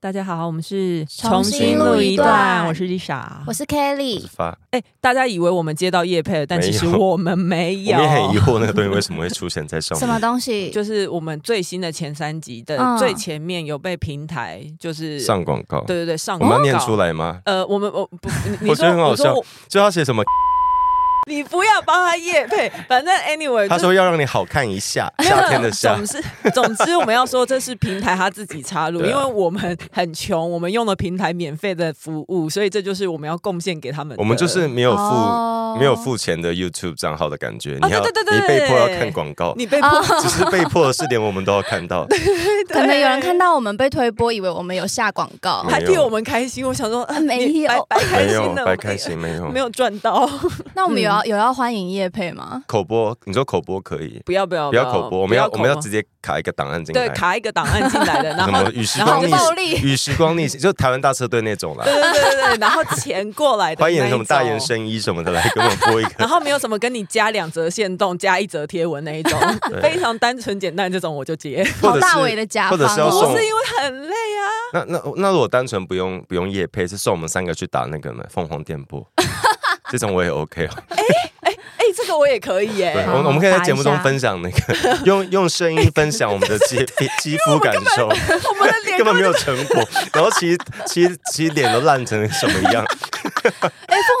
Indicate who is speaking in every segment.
Speaker 1: 大家好，我们是
Speaker 2: 重新录一段
Speaker 1: 我是 Lisa。
Speaker 2: 我是 Kelly，
Speaker 3: 发，
Speaker 1: 哎、大家以为我们接到叶配了，但
Speaker 3: 没
Speaker 1: 其
Speaker 3: 有
Speaker 1: 实我们没
Speaker 3: 我
Speaker 1: 有，
Speaker 3: 们也很疑惑那个东西为什么会出现在上
Speaker 2: 什么
Speaker 3: 面。
Speaker 2: 东 西？
Speaker 1: 就是我们最新的前三集的
Speaker 2: 嗯
Speaker 1: 最前面有被平台就是，
Speaker 3: 上广告，
Speaker 1: 对对对，上
Speaker 3: 我们要念
Speaker 1: 广告
Speaker 3: 出。来吗？
Speaker 1: 呃，我们我不，你你
Speaker 3: 我觉
Speaker 1: 说
Speaker 3: 得很好
Speaker 1: 你说
Speaker 3: 笑
Speaker 1: 我
Speaker 3: 就他写什么，
Speaker 1: 你不要帮他叶配，反正 anyway，
Speaker 3: 他
Speaker 1: 就是
Speaker 3: 说要让你好看一下， 夏天的夏
Speaker 1: 总。之，总之，我们要说这是平台他自己插入，
Speaker 3: 对
Speaker 1: 因
Speaker 3: 啊
Speaker 1: 为我们很穷，我们用了平台免费的服务，所以这就是我们要贡献给他们的。
Speaker 3: 我们就是没有付
Speaker 2: 哦
Speaker 3: 没有付钱的 YouTube 账号的感觉，你要
Speaker 1: 哦对对对对
Speaker 3: 你被迫要看广 告，
Speaker 1: 你被迫，
Speaker 3: 只是被迫的是连我们都要看到。
Speaker 1: 对
Speaker 2: 可能有人看到我们被推播，以为我们有下广告。
Speaker 1: 还
Speaker 3: 没有
Speaker 1: 替我们开心，我想说啊
Speaker 2: 没
Speaker 1: 你
Speaker 2: 有
Speaker 1: 白白开
Speaker 3: 哎没有
Speaker 1: 心的，
Speaker 3: 白开心，嗯没有
Speaker 1: 没有赚到，
Speaker 2: 那我们有
Speaker 1: 嗯
Speaker 2: 要有要欢迎叶配吗？
Speaker 3: 口播，你说口播可以，
Speaker 1: 不要哦不要
Speaker 3: 不要口播，我们要我
Speaker 1: 口
Speaker 3: 们要
Speaker 1: 播
Speaker 3: 直接卡一个档案进
Speaker 1: 对
Speaker 3: 来，
Speaker 1: 卡一个档案进来的，然 后
Speaker 3: 什么与时
Speaker 1: 然后
Speaker 3: 光
Speaker 2: 就
Speaker 3: 逆
Speaker 2: 暴
Speaker 3: 行，
Speaker 2: 力，
Speaker 3: 与时光逆行，就台湾大车队那种 啦
Speaker 1: 对，对对对，然后钱过来的，
Speaker 3: 欢迎什么大研。生医什么的来给我们播一个
Speaker 1: 然。后没有什么跟你加两则线动、加一则贴文那 一种，非常单纯简单这种我就接。
Speaker 3: 或
Speaker 2: 好
Speaker 3: 者
Speaker 2: 大
Speaker 3: 是
Speaker 2: 伟的甲
Speaker 3: 或
Speaker 2: 方哦
Speaker 3: 者是
Speaker 1: 不
Speaker 3: 要送
Speaker 1: 是因为很累啊，
Speaker 3: 那那那如果单纯不用不用夜配，是送我们三个去打那个呢凤凰电 波，这种我也 OK 哦。
Speaker 1: 哎、这个我也可以耶、
Speaker 3: 对，
Speaker 2: 好
Speaker 3: 我们我们可以在节目
Speaker 2: 打
Speaker 3: 中
Speaker 2: 一下
Speaker 3: 分享那个， 用用声音分享我们的 肌肌肤感受，
Speaker 1: 我们的脸
Speaker 3: 根本没有成果。然后其实其实其实脸都烂成什 么样？
Speaker 2: 哎，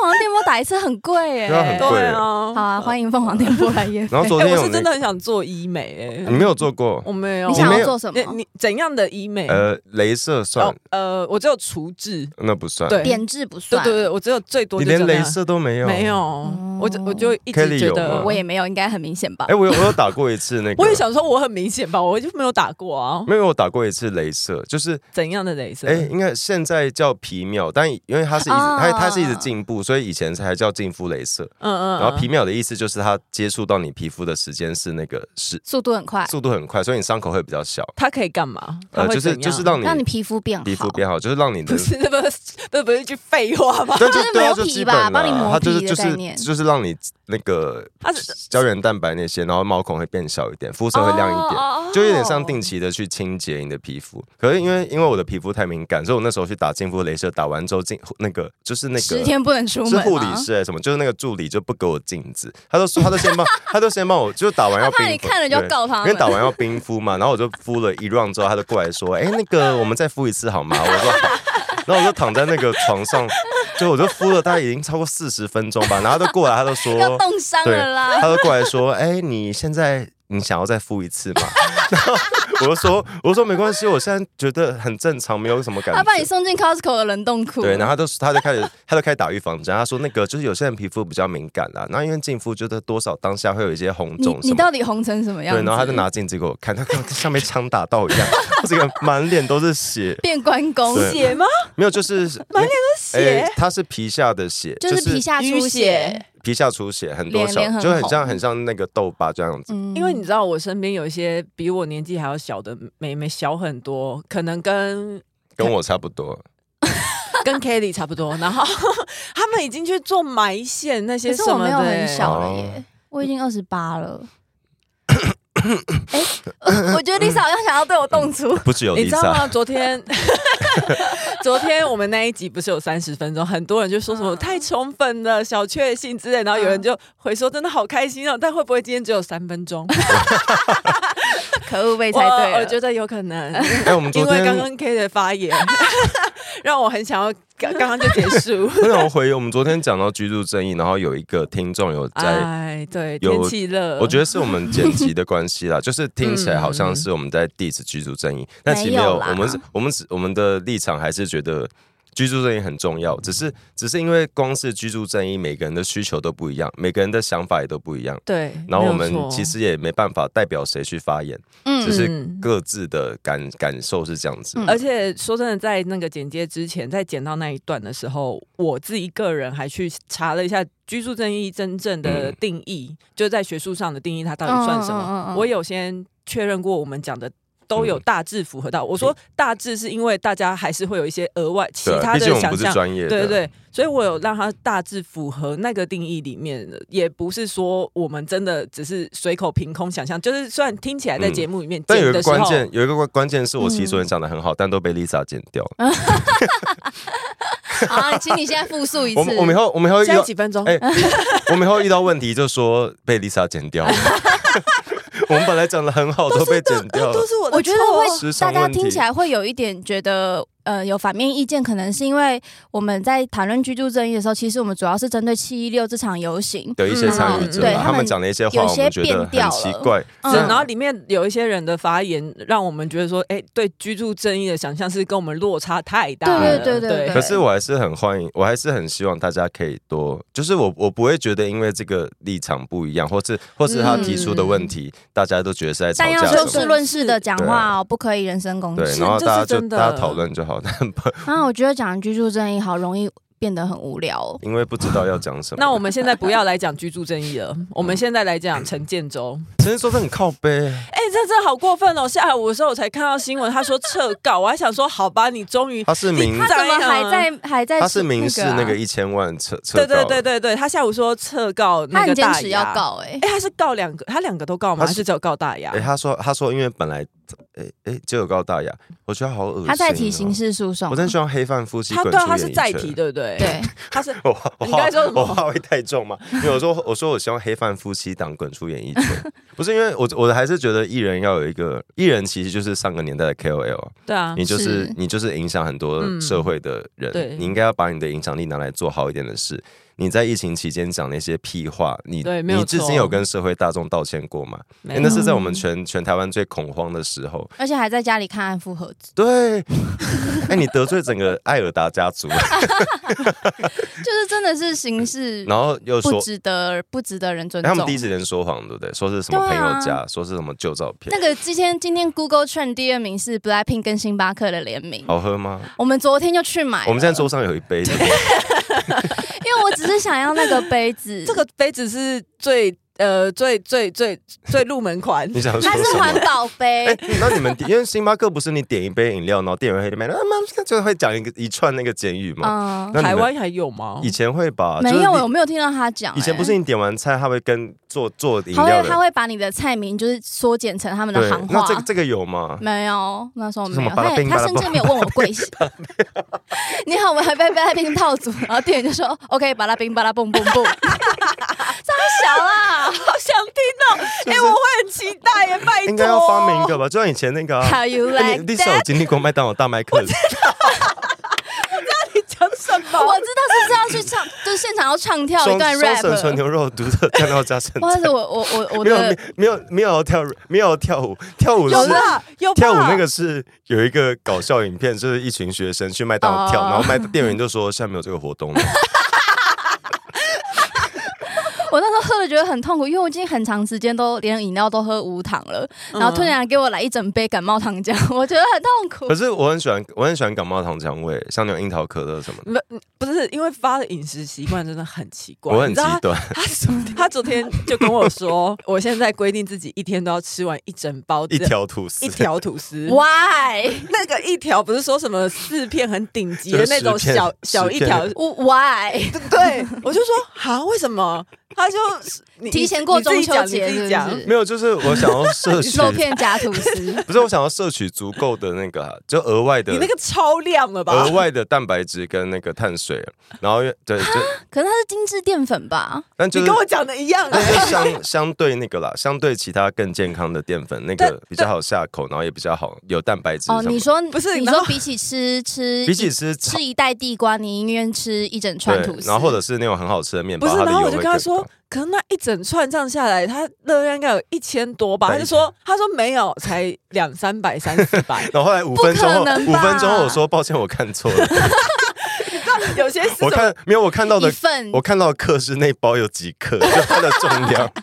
Speaker 2: 凤凰电波打一次很贵耶
Speaker 3: 对啊。很贵
Speaker 1: 对
Speaker 2: 好
Speaker 1: 啊。
Speaker 2: 啊，欢迎凤凰电波来叶配
Speaker 3: 然。后昨
Speaker 1: 哎、
Speaker 3: 天
Speaker 1: 我
Speaker 3: 有
Speaker 1: 是真
Speaker 3: 那
Speaker 1: 的很想做医美、哎
Speaker 3: 你没有做过
Speaker 1: 我没有。
Speaker 2: 你
Speaker 3: 你
Speaker 2: 想
Speaker 3: 没
Speaker 2: 要
Speaker 3: 有
Speaker 2: 做什
Speaker 1: 你
Speaker 2: 么？
Speaker 1: 你怎样的医美？
Speaker 3: 呃，镭射算
Speaker 1: 嗯哦呃，我只有除痣，
Speaker 3: 那不算，
Speaker 1: 对
Speaker 2: 编制不
Speaker 1: 对
Speaker 2: 算，哦
Speaker 1: 对对，我只有最多
Speaker 3: 你
Speaker 1: 就
Speaker 3: 连
Speaker 1: 这样
Speaker 3: 镭射都没有，啊
Speaker 1: 没有，我就我就一直
Speaker 3: Kelly
Speaker 1: 觉
Speaker 3: 有
Speaker 1: 得
Speaker 3: 吗
Speaker 2: 我也没有，应该很明显吧
Speaker 3: 嗯哎，？我有我有打过一次那个，
Speaker 1: 我也想说我很明显吧，我就没有打过啊，
Speaker 3: 没有我打过一次镭射，就是
Speaker 1: 怎样的镭射？嗯
Speaker 3: 哎、应该现在叫皮秒，但因为它是一直、
Speaker 2: 啊
Speaker 3: 它它是一直进步，所以以前才叫净肤镭射。
Speaker 1: 嗯嗯，
Speaker 3: 然后皮秒的意思就是它接触到你皮肤的时间是那个是
Speaker 2: 速度很快，
Speaker 3: 速度很快，所以你伤口会比较小。
Speaker 1: 它可以干嘛？它
Speaker 3: 呃，
Speaker 1: 会
Speaker 3: 就是
Speaker 1: 怎样
Speaker 3: 就是让你
Speaker 2: 让你皮肤变好，
Speaker 3: 皮肤变好，就是让你 的
Speaker 1: 不。是这不是这不是一句废话吗？
Speaker 3: 但
Speaker 2: 就是
Speaker 3: 对啊，
Speaker 2: 磨
Speaker 3: 就
Speaker 2: 皮
Speaker 3: 基
Speaker 2: 吧
Speaker 3: 本啦
Speaker 2: 帮你磨
Speaker 3: 它就是
Speaker 2: 皮的
Speaker 3: 就
Speaker 2: 概念
Speaker 3: 是就是让你那个
Speaker 1: 它是
Speaker 3: 胶原蛋白那些，然后毛孔会变小一点，肤色会亮一点。
Speaker 2: 哦
Speaker 3: 就有点像定期的去清洁你的皮肤，可是因为因为我的皮肤太敏感，所以我那时候去打净肤镭射，打完之后进那个就是那个
Speaker 2: 十天不能出
Speaker 3: 是
Speaker 2: 门。啊
Speaker 3: 护理，师还是什么？就是那个助理就不给我镜子，他都说他都先帮，他都先帮我，就是打完
Speaker 2: 他
Speaker 3: 要
Speaker 2: 怕
Speaker 3: 冰敷，
Speaker 2: 你看了就要
Speaker 3: 对
Speaker 2: 告他
Speaker 3: 因为
Speaker 2: 们。
Speaker 3: 打完要冰敷嘛，然后我就敷了一 round 之后，他就过来说：“哎、那个我们再敷一次好吗？”我说：“好。”然后我就躺在那个床上，就我就敷了，大概已经超过四十分钟吧。然后他就过来，他就
Speaker 2: 要
Speaker 3: 说
Speaker 2: 冻伤了啦！
Speaker 3: 他就过来说：“哎、你现在你想要再敷一次吗？” 然后我就说：“我就说没关系，我现在觉得很正常，没有什么感觉。”
Speaker 2: 他把你送进 Costco 的冷冻库。
Speaker 3: 对，然后他就他就开始他就开始打预防针，他说那个就是有些人皮肤比较敏感啦，然后因为净肤就是多少当下会有一些红
Speaker 2: 你
Speaker 3: 肿什
Speaker 2: 你
Speaker 3: 么。
Speaker 2: 到底红成什么样
Speaker 3: 对，
Speaker 2: 子？
Speaker 3: 然后他就拿镜子给我看，他看像被枪打到一样，他这个满脸都是血，
Speaker 2: 变关公，
Speaker 3: 对
Speaker 1: 血吗？
Speaker 3: 没 有就是满脸都
Speaker 1: 血
Speaker 3: 他是皮下的血，
Speaker 2: 就是皮下
Speaker 1: 淤
Speaker 2: 出
Speaker 1: 血
Speaker 2: 血，
Speaker 3: 皮下出血，很多
Speaker 2: 脸
Speaker 3: 小
Speaker 2: 脸很
Speaker 3: 就很
Speaker 2: 红
Speaker 3: 像很像那个痘疤这样子。
Speaker 2: 嗯
Speaker 1: 因为你知道，我身边有一些比我年纪还要小的妹妹，小很多，可能跟
Speaker 3: 跟我差不多，
Speaker 1: 跟 Kelly 差不多。然后 他们已经去做埋线那些
Speaker 2: 可
Speaker 1: 什
Speaker 2: 是我
Speaker 1: 么的、
Speaker 2: 没有很小
Speaker 3: 哦
Speaker 2: 了耶，我已经二十八了。 哎，我我觉得 Lisa 好像想要对我动粗，
Speaker 3: 不只有
Speaker 1: 你知道
Speaker 3: Lisa，
Speaker 1: 吗？昨天，昨天我们那一集不是有三十分钟，很多人就说什么、
Speaker 2: 嗯
Speaker 1: 太充分了、小确幸之类，然后有人就回说真的好开心哦，但会不会今天只有三分 钟？
Speaker 2: 可恶被猜
Speaker 1: 我呃
Speaker 2: 对
Speaker 1: 我
Speaker 2: 了。
Speaker 1: 觉得有可 能，
Speaker 3: 哎，我们昨
Speaker 1: 因为
Speaker 3: 天
Speaker 1: 刚 刚 K 的发言，让我很想要刚刚刚就结束。
Speaker 3: 我想回忆我们昨天讲到居住正义，然后有一个听众有 在
Speaker 1: 哎，对，
Speaker 3: 有
Speaker 1: 天气热，
Speaker 3: 我觉得是我们剪辑的关系啦， 就是听起来好
Speaker 1: 嗯
Speaker 3: 像是我们在 diss 居住正义，但其实没
Speaker 2: 没
Speaker 3: 有，
Speaker 2: 有啦
Speaker 3: 我们是我们只我们的立场还是觉得。居住正义很重要，只是只是因为光是居住正义，每个人的需求都不一样，每个人的想法也都不一样，
Speaker 1: 对。
Speaker 3: 然后我们
Speaker 1: 没有错
Speaker 3: 其实也没办法代表谁去发言，
Speaker 2: 嗯
Speaker 3: 只是
Speaker 1: 嗯
Speaker 3: 各自的感感受是这样子。
Speaker 2: 嗯
Speaker 1: 而且说真的，在那个剪接之前，在剪到那一段的时候，我自己个人还去查了一下居住正义真正的
Speaker 3: 嗯
Speaker 1: 定义，就在学术上的定义，它到底算什么？
Speaker 2: 嗯嗯嗯嗯
Speaker 1: 我有先确认过我们讲的都
Speaker 3: 嗯
Speaker 1: 有大致符合到。我说大致是因为大家还是会有一些额外其
Speaker 3: 对，啊
Speaker 1: 他
Speaker 3: 毕
Speaker 1: 的
Speaker 3: 竟我们
Speaker 1: 想
Speaker 3: 不是
Speaker 1: 象，
Speaker 3: 专业的，
Speaker 1: 对对对，所以我有让他大致符合那个定义里面的，也不是说我们真的只是随口凭空想象，就是虽然听起来在
Speaker 3: 嗯
Speaker 1: 节目里面
Speaker 3: 但有
Speaker 1: 剪
Speaker 3: 一个
Speaker 1: 的时
Speaker 3: 关
Speaker 1: 候，
Speaker 3: 键，有一个关关键是我其实
Speaker 2: 嗯
Speaker 3: 昨天讲的很好，但都被 Lisa 剪掉。
Speaker 1: 嗯
Speaker 2: 好啊，请你现在复述一次。
Speaker 3: 我们我们以后我们以后遇
Speaker 1: 现在
Speaker 3: 到
Speaker 1: 几分钟，
Speaker 3: 哎， 我们以后遇到问题就说被 Lisa 剪掉了。 我们本来讲的很好，都被剪掉
Speaker 1: 嗯都
Speaker 3: 了。
Speaker 1: 是我的
Speaker 2: 我哦觉得
Speaker 1: 错
Speaker 2: 会
Speaker 3: 时，
Speaker 2: 大
Speaker 3: 长
Speaker 2: 家
Speaker 3: 问题
Speaker 2: 听起来会有一点觉得，呃，有反面意见，可能是因为呃我们在谈论居住正义的时候，其实我们主要是针对七一六这场游行，
Speaker 3: 有一些参与
Speaker 1: 嗯
Speaker 3: 者
Speaker 1: 对
Speaker 3: 嘛，
Speaker 2: 他
Speaker 3: 他们
Speaker 2: 们
Speaker 3: 讲了一些话，
Speaker 2: 有
Speaker 3: 我
Speaker 2: 些
Speaker 3: 们觉得
Speaker 2: 变调
Speaker 3: 很
Speaker 2: 了
Speaker 3: 奇怪。
Speaker 1: 是
Speaker 2: 嗯
Speaker 1: 然后里面有一些人的发言，让我们觉得说，哎、对居住正义的想象是跟我们落差太大了。
Speaker 2: 对对对对对
Speaker 3: 可是我还是很欢迎，我还是很希望大家可以多，就是我我不会觉得因为这个立场不一样，或是或是他提
Speaker 1: 嗯
Speaker 3: 出的问题，大家都觉得是在吵
Speaker 2: 但要
Speaker 3: 架
Speaker 2: 就
Speaker 3: 什么。
Speaker 2: 事论事的讲
Speaker 3: 对
Speaker 2: 话
Speaker 3: 啊
Speaker 2: 哦，不可以人身攻
Speaker 3: 对，
Speaker 2: 击。
Speaker 3: 然后
Speaker 1: 是这
Speaker 3: 大家
Speaker 1: 是
Speaker 3: 就
Speaker 1: 真的
Speaker 3: 大家讨论就好，但不
Speaker 2: 啊，我觉得讲居住正义好容易变得很无聊哦。
Speaker 3: 因为不知道要讲什么。
Speaker 1: 那我们现在不要来讲居住正义了，我们现在来讲陈建州。
Speaker 3: 其实说的很靠背，
Speaker 1: 哎、这真的好过分哦！下午的时候我才看到新闻，他说撤稿，我还想说，好吧，你终于
Speaker 3: 他是明
Speaker 1: 啊
Speaker 2: 他怎么还在还在？啊
Speaker 3: 他是明示
Speaker 2: 示
Speaker 3: 那个一千万撤撤
Speaker 1: 对对
Speaker 3: 告
Speaker 1: 对对对，他下午说撤告
Speaker 2: 他
Speaker 1: 那
Speaker 2: 很
Speaker 1: 个
Speaker 2: 坚
Speaker 1: 大
Speaker 2: 持要
Speaker 1: 牙。
Speaker 2: 告哎、
Speaker 1: 哎、他是告两个，他两个都告吗？
Speaker 3: 他是
Speaker 1: 还是只有告大牙
Speaker 3: 哎、？他说他说因为本来哎哎就有告大雅，我觉得好恶心、哦
Speaker 2: 他在提刑，事诉讼。啊
Speaker 3: 我真希望黑范夫妻
Speaker 1: 他
Speaker 3: 滚
Speaker 1: 对
Speaker 3: 出
Speaker 1: 啊，他
Speaker 3: 演
Speaker 1: 是
Speaker 3: 艺
Speaker 1: 在
Speaker 3: 圈
Speaker 1: 提，。对不对？，
Speaker 2: 对，
Speaker 1: 他是
Speaker 3: 我话我
Speaker 1: 你
Speaker 3: 话
Speaker 1: 刚才说什么
Speaker 3: 我话会太重吗？因为我说我说我希望黑范夫妻档滚出演艺圈，不是因为我我还是觉得艺人要有一个艺人其实就是上个年代的 KOL，、啊、
Speaker 1: 对啊，
Speaker 3: 你就是
Speaker 2: 是
Speaker 3: 你就是影响很多
Speaker 1: 嗯
Speaker 3: 社会的人，
Speaker 1: 对
Speaker 3: 你应该要把你的影响力拿来做好一点的事。你在疫情期间讲那些屁话，你
Speaker 1: 对没有
Speaker 3: 你至
Speaker 1: 错
Speaker 3: 今有跟社会大众道歉过吗？
Speaker 1: 没
Speaker 3: 欸、
Speaker 1: 有
Speaker 3: 那是在我们全全台湾最恐慌的时候。
Speaker 2: 而且还在家里看《案复合子
Speaker 3: 对， 哎、你得罪整个艾尔达家族，》，
Speaker 2: 就是真的是刑事
Speaker 3: 然后又说
Speaker 2: 不，值得不值得人尊
Speaker 3: 欸他们
Speaker 2: 重
Speaker 3: 第一。时间说谎，对不对？说是什么
Speaker 2: 对啊
Speaker 3: 朋友家，说是什么旧照片
Speaker 2: 那，个今天今天 Google Trend 第二名是 Blackpink 跟星巴克的联名，
Speaker 3: 好喝吗？
Speaker 1: 哎
Speaker 2: 我们昨天就去买了。
Speaker 3: 我们现在桌上有一杯，
Speaker 2: 因为我只是想要那个杯 子，
Speaker 1: 这个杯子是最呃最最最最入门款，
Speaker 3: 你 想说
Speaker 2: 它是
Speaker 3: 什
Speaker 2: 环
Speaker 3: 么？
Speaker 2: 保杯，
Speaker 3: 哎、那你们点因为星巴克不是你点一杯饮料，然后店员会里面啊，妈就会讲一个一串那个简语嘛？
Speaker 2: 嗯，
Speaker 3: 那你
Speaker 1: 台
Speaker 3: 们
Speaker 1: 湾还有吗？
Speaker 3: 以前会吧？
Speaker 2: 没
Speaker 3: 就是
Speaker 2: 有，啊
Speaker 3: 你
Speaker 2: 我没有听到他讲、
Speaker 3: 以前不是
Speaker 2: 哎。
Speaker 3: 你点完菜，他会跟做做饮
Speaker 2: 他
Speaker 3: 料
Speaker 2: 会他
Speaker 3: 的，
Speaker 2: 会把你的菜名就是缩减成他们的
Speaker 3: 对
Speaker 2: 行，
Speaker 3: 那
Speaker 2: 话
Speaker 3: 这，这个有吗？
Speaker 2: 没有，那时候
Speaker 3: 什
Speaker 2: 没
Speaker 3: 么
Speaker 2: 有，
Speaker 3: 巴拉
Speaker 2: 他也
Speaker 3: 冰
Speaker 2: 他
Speaker 3: 巴拉
Speaker 2: 甚至没有问我贵 姓。你好，我们还被巴拉冰套组，然后店员就说 OK，巴拉冰巴拉蹦蹦 蹦，超小啊啦。
Speaker 1: 好想听哦！哎、
Speaker 3: 就是
Speaker 1: 我会很期待耶，拜托。哦
Speaker 3: 应该要发明一个吧，就像以前那个、啊。
Speaker 2: How you
Speaker 3: 哎
Speaker 2: like
Speaker 3: 你 Lisa 有
Speaker 2: that？
Speaker 3: 经历过麦当劳大麦克，
Speaker 1: 你讲什么？
Speaker 2: 我知道是这样去 唱，就是现场要唱跳一
Speaker 3: 双
Speaker 2: 段
Speaker 3: 双
Speaker 2: rap。
Speaker 3: 层纯
Speaker 2: 不
Speaker 3: 牛肉独特酱料加生
Speaker 2: 好
Speaker 3: 菜
Speaker 2: 意思，我我我我
Speaker 3: 没有
Speaker 2: 的
Speaker 3: 没有没有要跳没有要跳舞，跳舞是
Speaker 1: 有啦，有吧
Speaker 3: 跳舞那个是有一个搞笑影片，就是一群学生去麦当劳跳，
Speaker 2: 哦
Speaker 3: 然后麦店员就说现在没有这个 活动了，
Speaker 2: 我那时候喝了觉得很痛苦，因为我已经很长时间都连饮料都喝无糖了，
Speaker 1: 嗯
Speaker 2: 然后突然给我来一整杯感冒糖浆，我觉得很痛
Speaker 3: 可
Speaker 2: 苦。
Speaker 3: 是我很喜欢我很喜欢感冒糖浆味，像那种樱桃可乐什么的，
Speaker 1: 嗯不是因为发的饮食习惯真的很奇怪，
Speaker 3: 我很
Speaker 1: 你
Speaker 3: 极
Speaker 1: 知道他
Speaker 3: 端。
Speaker 1: 他昨他昨天就跟我说，我现在规定自己一天都要吃完一整包的
Speaker 3: 一条吐司，
Speaker 1: 一条吐司。哇，
Speaker 2: Why
Speaker 1: 那个一条不是说什么四片很顶级的
Speaker 3: 就是
Speaker 1: 那种
Speaker 3: 10片
Speaker 1: 小小一 条，
Speaker 2: Why？
Speaker 1: 对，我就说啊，为什么？他就你
Speaker 2: 提前过中秋节
Speaker 1: 你自
Speaker 2: 是
Speaker 1: 己
Speaker 2: 不
Speaker 1: 讲，
Speaker 2: 是？
Speaker 3: 没有，就是我想要 摄取，，
Speaker 2: 肉片夹吐司
Speaker 3: 不是我想要摄取足够的那个啊，就额外的
Speaker 1: 你自己讲你那个超亮了吧
Speaker 3: 额？外的蛋白质跟那个碳水，然后又对就
Speaker 2: 可是它是精致淀粉吧？
Speaker 3: 但
Speaker 1: 啊
Speaker 3: 就
Speaker 1: 你
Speaker 3: 是
Speaker 1: 跟我讲的一样、
Speaker 3: 但
Speaker 1: 欸，
Speaker 3: 是相相 对那个啦，相对其他更健康的淀粉，那
Speaker 1: 但
Speaker 3: 个比较好下口，然后也比较好有蛋白质什么
Speaker 2: 哦，
Speaker 3: 的。
Speaker 2: 你说
Speaker 1: 不是
Speaker 2: 你
Speaker 1: 然
Speaker 2: 说
Speaker 1: 后
Speaker 2: 比起吃吃
Speaker 3: 比起吃炒
Speaker 2: 吃一袋地瓜，你宁愿吃一整
Speaker 3: 对
Speaker 2: 串吐，司，
Speaker 3: 然后或者是那种很好吃的面
Speaker 1: 不
Speaker 3: 包，
Speaker 1: 是？
Speaker 3: 它的
Speaker 1: 然后
Speaker 3: 油
Speaker 1: 我
Speaker 3: 会
Speaker 1: 就跟
Speaker 3: 更
Speaker 1: 他说
Speaker 3: 高，
Speaker 1: 可能那一整串这样下来，它热量应该有一千多吧？
Speaker 3: 对
Speaker 1: 他就说，他说没有，才两三百、三四百。
Speaker 3: 然后后来五分钟后
Speaker 2: 不可能，
Speaker 3: 五
Speaker 2: 吧
Speaker 3: 分钟后我说抱歉，我看错 了，
Speaker 1: 有些是
Speaker 3: 我看没有，我看到
Speaker 2: 一
Speaker 3: 的
Speaker 2: 份
Speaker 3: 我看到的克是那包有几克，就它的重量。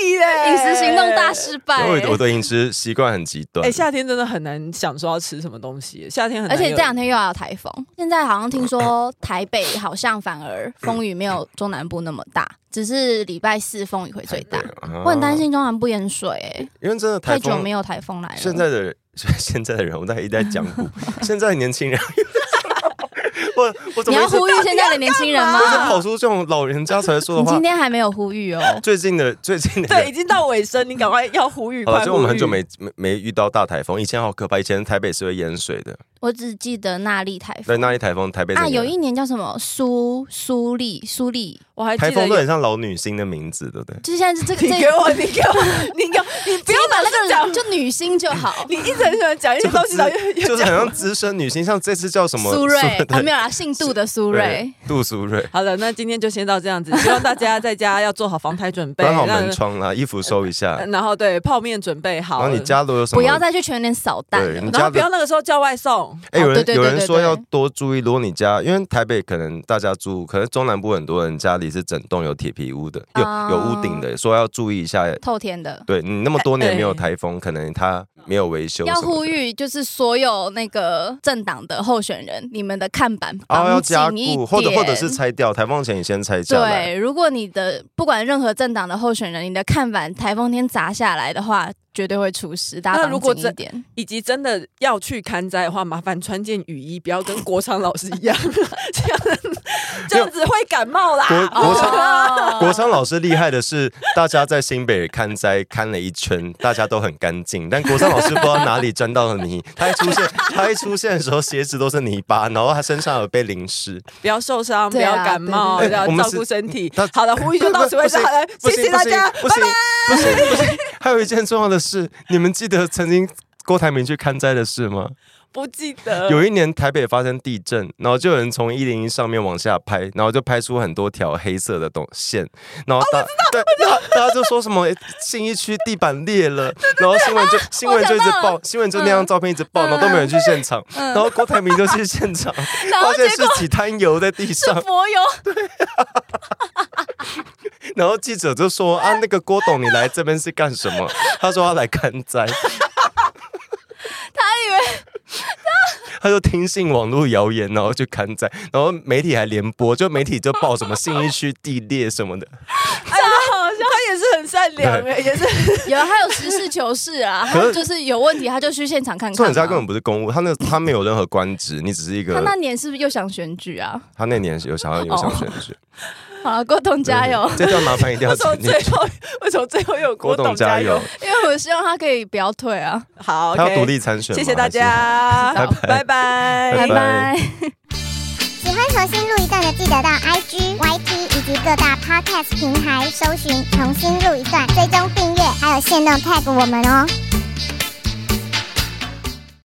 Speaker 1: 屁嘞、耶，
Speaker 2: 饮食行动大失败、欸
Speaker 3: 因为我的饮食习惯很极端。
Speaker 1: 哎、夏天真的很难想说要吃什么东西，夏天很
Speaker 2: 而
Speaker 1: 难有
Speaker 2: 且这两天又要有台风，现在好像听说台北好像反而风雨没有中南部那么大，只是礼拜四风雨会最大。
Speaker 3: 啊
Speaker 2: 我很担，心中南部淹水、欸，
Speaker 3: 因为真的
Speaker 2: 太
Speaker 3: 台
Speaker 2: 久
Speaker 3: 风
Speaker 2: 没有台风来了。
Speaker 3: 现在的人，现在的人，我在一直在讲 古，现在的年轻人， 我我怎
Speaker 2: 你
Speaker 3: 么
Speaker 2: 要
Speaker 3: 一直
Speaker 2: 呼吁现在的年轻人吗
Speaker 3: 我？是跑出这种老人家才说的
Speaker 2: 你
Speaker 3: 话
Speaker 2: 今？天还没有呼吁哦，
Speaker 3: 最近的最近的
Speaker 1: 对，已经到尾声，你赶快要呼吁，
Speaker 3: 好
Speaker 1: 快
Speaker 3: 了，
Speaker 1: 呼吁
Speaker 3: 就我们很久没没没遇到大台风，以前好可怕，以前台北是会淹水的，
Speaker 2: 我只记得那莉台
Speaker 3: 对，
Speaker 2: 风
Speaker 3: 那一台风台北
Speaker 2: 啊，
Speaker 3: 整个
Speaker 2: 有一年叫什么苏苏丽苏丽，
Speaker 1: 我还
Speaker 3: 台
Speaker 1: 记
Speaker 3: 风
Speaker 1: 得
Speaker 3: 都
Speaker 1: 有。
Speaker 3: 很像老女星的名字，对不 对？
Speaker 2: 就是现在是这个
Speaker 1: 你
Speaker 2: 这
Speaker 1: 给我，你给我，你给我，你不
Speaker 2: 不
Speaker 1: 要
Speaker 2: 要把
Speaker 1: 把那个
Speaker 2: 那
Speaker 1: 讲
Speaker 2: 个，就女星就好。
Speaker 1: 你一直很喜欢讲一些东西，然后又
Speaker 3: 就
Speaker 1: 又
Speaker 3: 是
Speaker 1: 讲。
Speaker 3: 很像资深女星，像这次叫什么
Speaker 2: 苏芮啊，
Speaker 3: 对
Speaker 2: 没有啦，姓杜的苏芮。
Speaker 3: 对杜苏芮，
Speaker 1: 好了，那今天就先到这样 子，希望大家在家要做好防台准备，
Speaker 3: 关好门
Speaker 1: 让
Speaker 3: 窗啦，衣服收一 下，
Speaker 1: 然后对泡面准备
Speaker 3: 然
Speaker 1: 好，
Speaker 3: 后你家如果有什么
Speaker 2: 不要再去全年扫荡
Speaker 3: 对
Speaker 2: 了
Speaker 3: 你。
Speaker 1: 然
Speaker 3: 家
Speaker 1: 后
Speaker 3: 的
Speaker 1: 不要那个时候叫外送，
Speaker 3: 哎、有
Speaker 2: 哦
Speaker 3: 人、
Speaker 2: 对对
Speaker 3: 有
Speaker 2: 对
Speaker 3: 人
Speaker 2: 对
Speaker 3: 说
Speaker 2: 对
Speaker 3: 要多注意，如果你家因为台北可能大家住，可能中南部很多人家里是整栋有铁皮屋的，有、
Speaker 2: 啊
Speaker 3: 有屋顶的，说要注意一下。
Speaker 2: 透天的，
Speaker 3: 对你那么多年没有
Speaker 1: 哎
Speaker 3: 台风，可能它没有维修，
Speaker 2: 要呼。吁就是所有那个政党的候选人，你们的看板
Speaker 3: 哦，要
Speaker 2: 绑
Speaker 3: 加
Speaker 2: 紧一
Speaker 3: 固，
Speaker 2: 点，
Speaker 3: 或者或者是拆掉。台风前你先拆下来。
Speaker 2: 对，如果你的不管任何政党的候选人，你的看板台风天砸下来的话，绝对会出事。大家
Speaker 1: 那如果
Speaker 2: 绑紧一点，
Speaker 1: 以及真的要去看灾的话，麻烦穿件雨衣，不要跟国昌老师一 样， 这样这样子会感冒啦。
Speaker 3: 国国昌
Speaker 2: 哦
Speaker 3: 国昌老师厉害的是，大家在新北看灾看了一圈，大家都很干净，但国昌老师不知道哪里沾到了泥，他一出现，他一出现的时候鞋子都是泥巴，然后他身上有被淋湿。
Speaker 1: 不要受伤，不
Speaker 2: 对啊
Speaker 1: 要感冒，
Speaker 3: 对对对
Speaker 1: 要
Speaker 3: 哎我们
Speaker 1: 照
Speaker 3: 是
Speaker 1: 顾身体
Speaker 3: 那。
Speaker 1: 好的，呼吁就到此为止，好了，
Speaker 3: 不
Speaker 1: 谢
Speaker 3: 行
Speaker 1: 谢大家，
Speaker 3: 不行不行不行不行，还有一件重要的事，你们记得曾经。郭台铭去看灾的事吗？
Speaker 1: 不记
Speaker 2: 嗯
Speaker 1: 得。
Speaker 3: 有一年台北发生地震，然后就有人从一零一上面往下拍，然后就拍出很多条黑色的东线，然后大、
Speaker 2: 哦
Speaker 3: 对，然后大家就说什么诶信义区地板裂了，然后新闻就新闻就一直
Speaker 2: 我想到嗯
Speaker 3: 报，新闻就那张照片一直报，然后都没有人去现场，然后郭台铭就去现场，
Speaker 2: 然后
Speaker 3: 发现
Speaker 2: 结
Speaker 3: 是几滩油在地上，
Speaker 2: 博友
Speaker 3: 然后记者就说啊，那个郭董你来这边是干什么？他说他来看灾。
Speaker 2: 他以为
Speaker 3: 他就听信网络谣言，然后去刊载，然后媒体还联播，就媒体就报什么信义区地裂什么的，
Speaker 1: 哎呀， 好像他也是很善良，哎也是
Speaker 2: 有，他有实事求是啊，
Speaker 3: 可
Speaker 2: 他
Speaker 3: 是
Speaker 2: 就是有问题他就去现场看
Speaker 3: 重
Speaker 2: 看
Speaker 3: 点是他根本
Speaker 2: 嘛。
Speaker 3: 不是公务，他那他没有任何官职，你只是一
Speaker 2: 他
Speaker 3: 个
Speaker 2: 那年是不是又想选举啊？
Speaker 3: 他那年有想要有想选举，
Speaker 2: 好了，郭董加油！
Speaker 3: 对！这段麻烦一定要
Speaker 1: 为什么
Speaker 3: 整理
Speaker 1: 最后 为什么最后又有
Speaker 3: 郭
Speaker 1: 董
Speaker 3: 董加油
Speaker 1: 油？，
Speaker 2: 因为我希望他可以不要退啊。
Speaker 1: 好，
Speaker 3: 他
Speaker 1: OK
Speaker 3: 要独立参选吗，
Speaker 1: 谢谢大
Speaker 3: 还是。
Speaker 1: 家， 拜
Speaker 3: 拜拜
Speaker 1: 拜
Speaker 2: 拜
Speaker 3: 拜
Speaker 2: 拜
Speaker 3: 拜。
Speaker 4: 喜欢重新录一段的，记得到 IG、YT 以及各大 Podcast 平台搜寻“重新录一段”，追踪订阅，还有限定 tag 我们哦。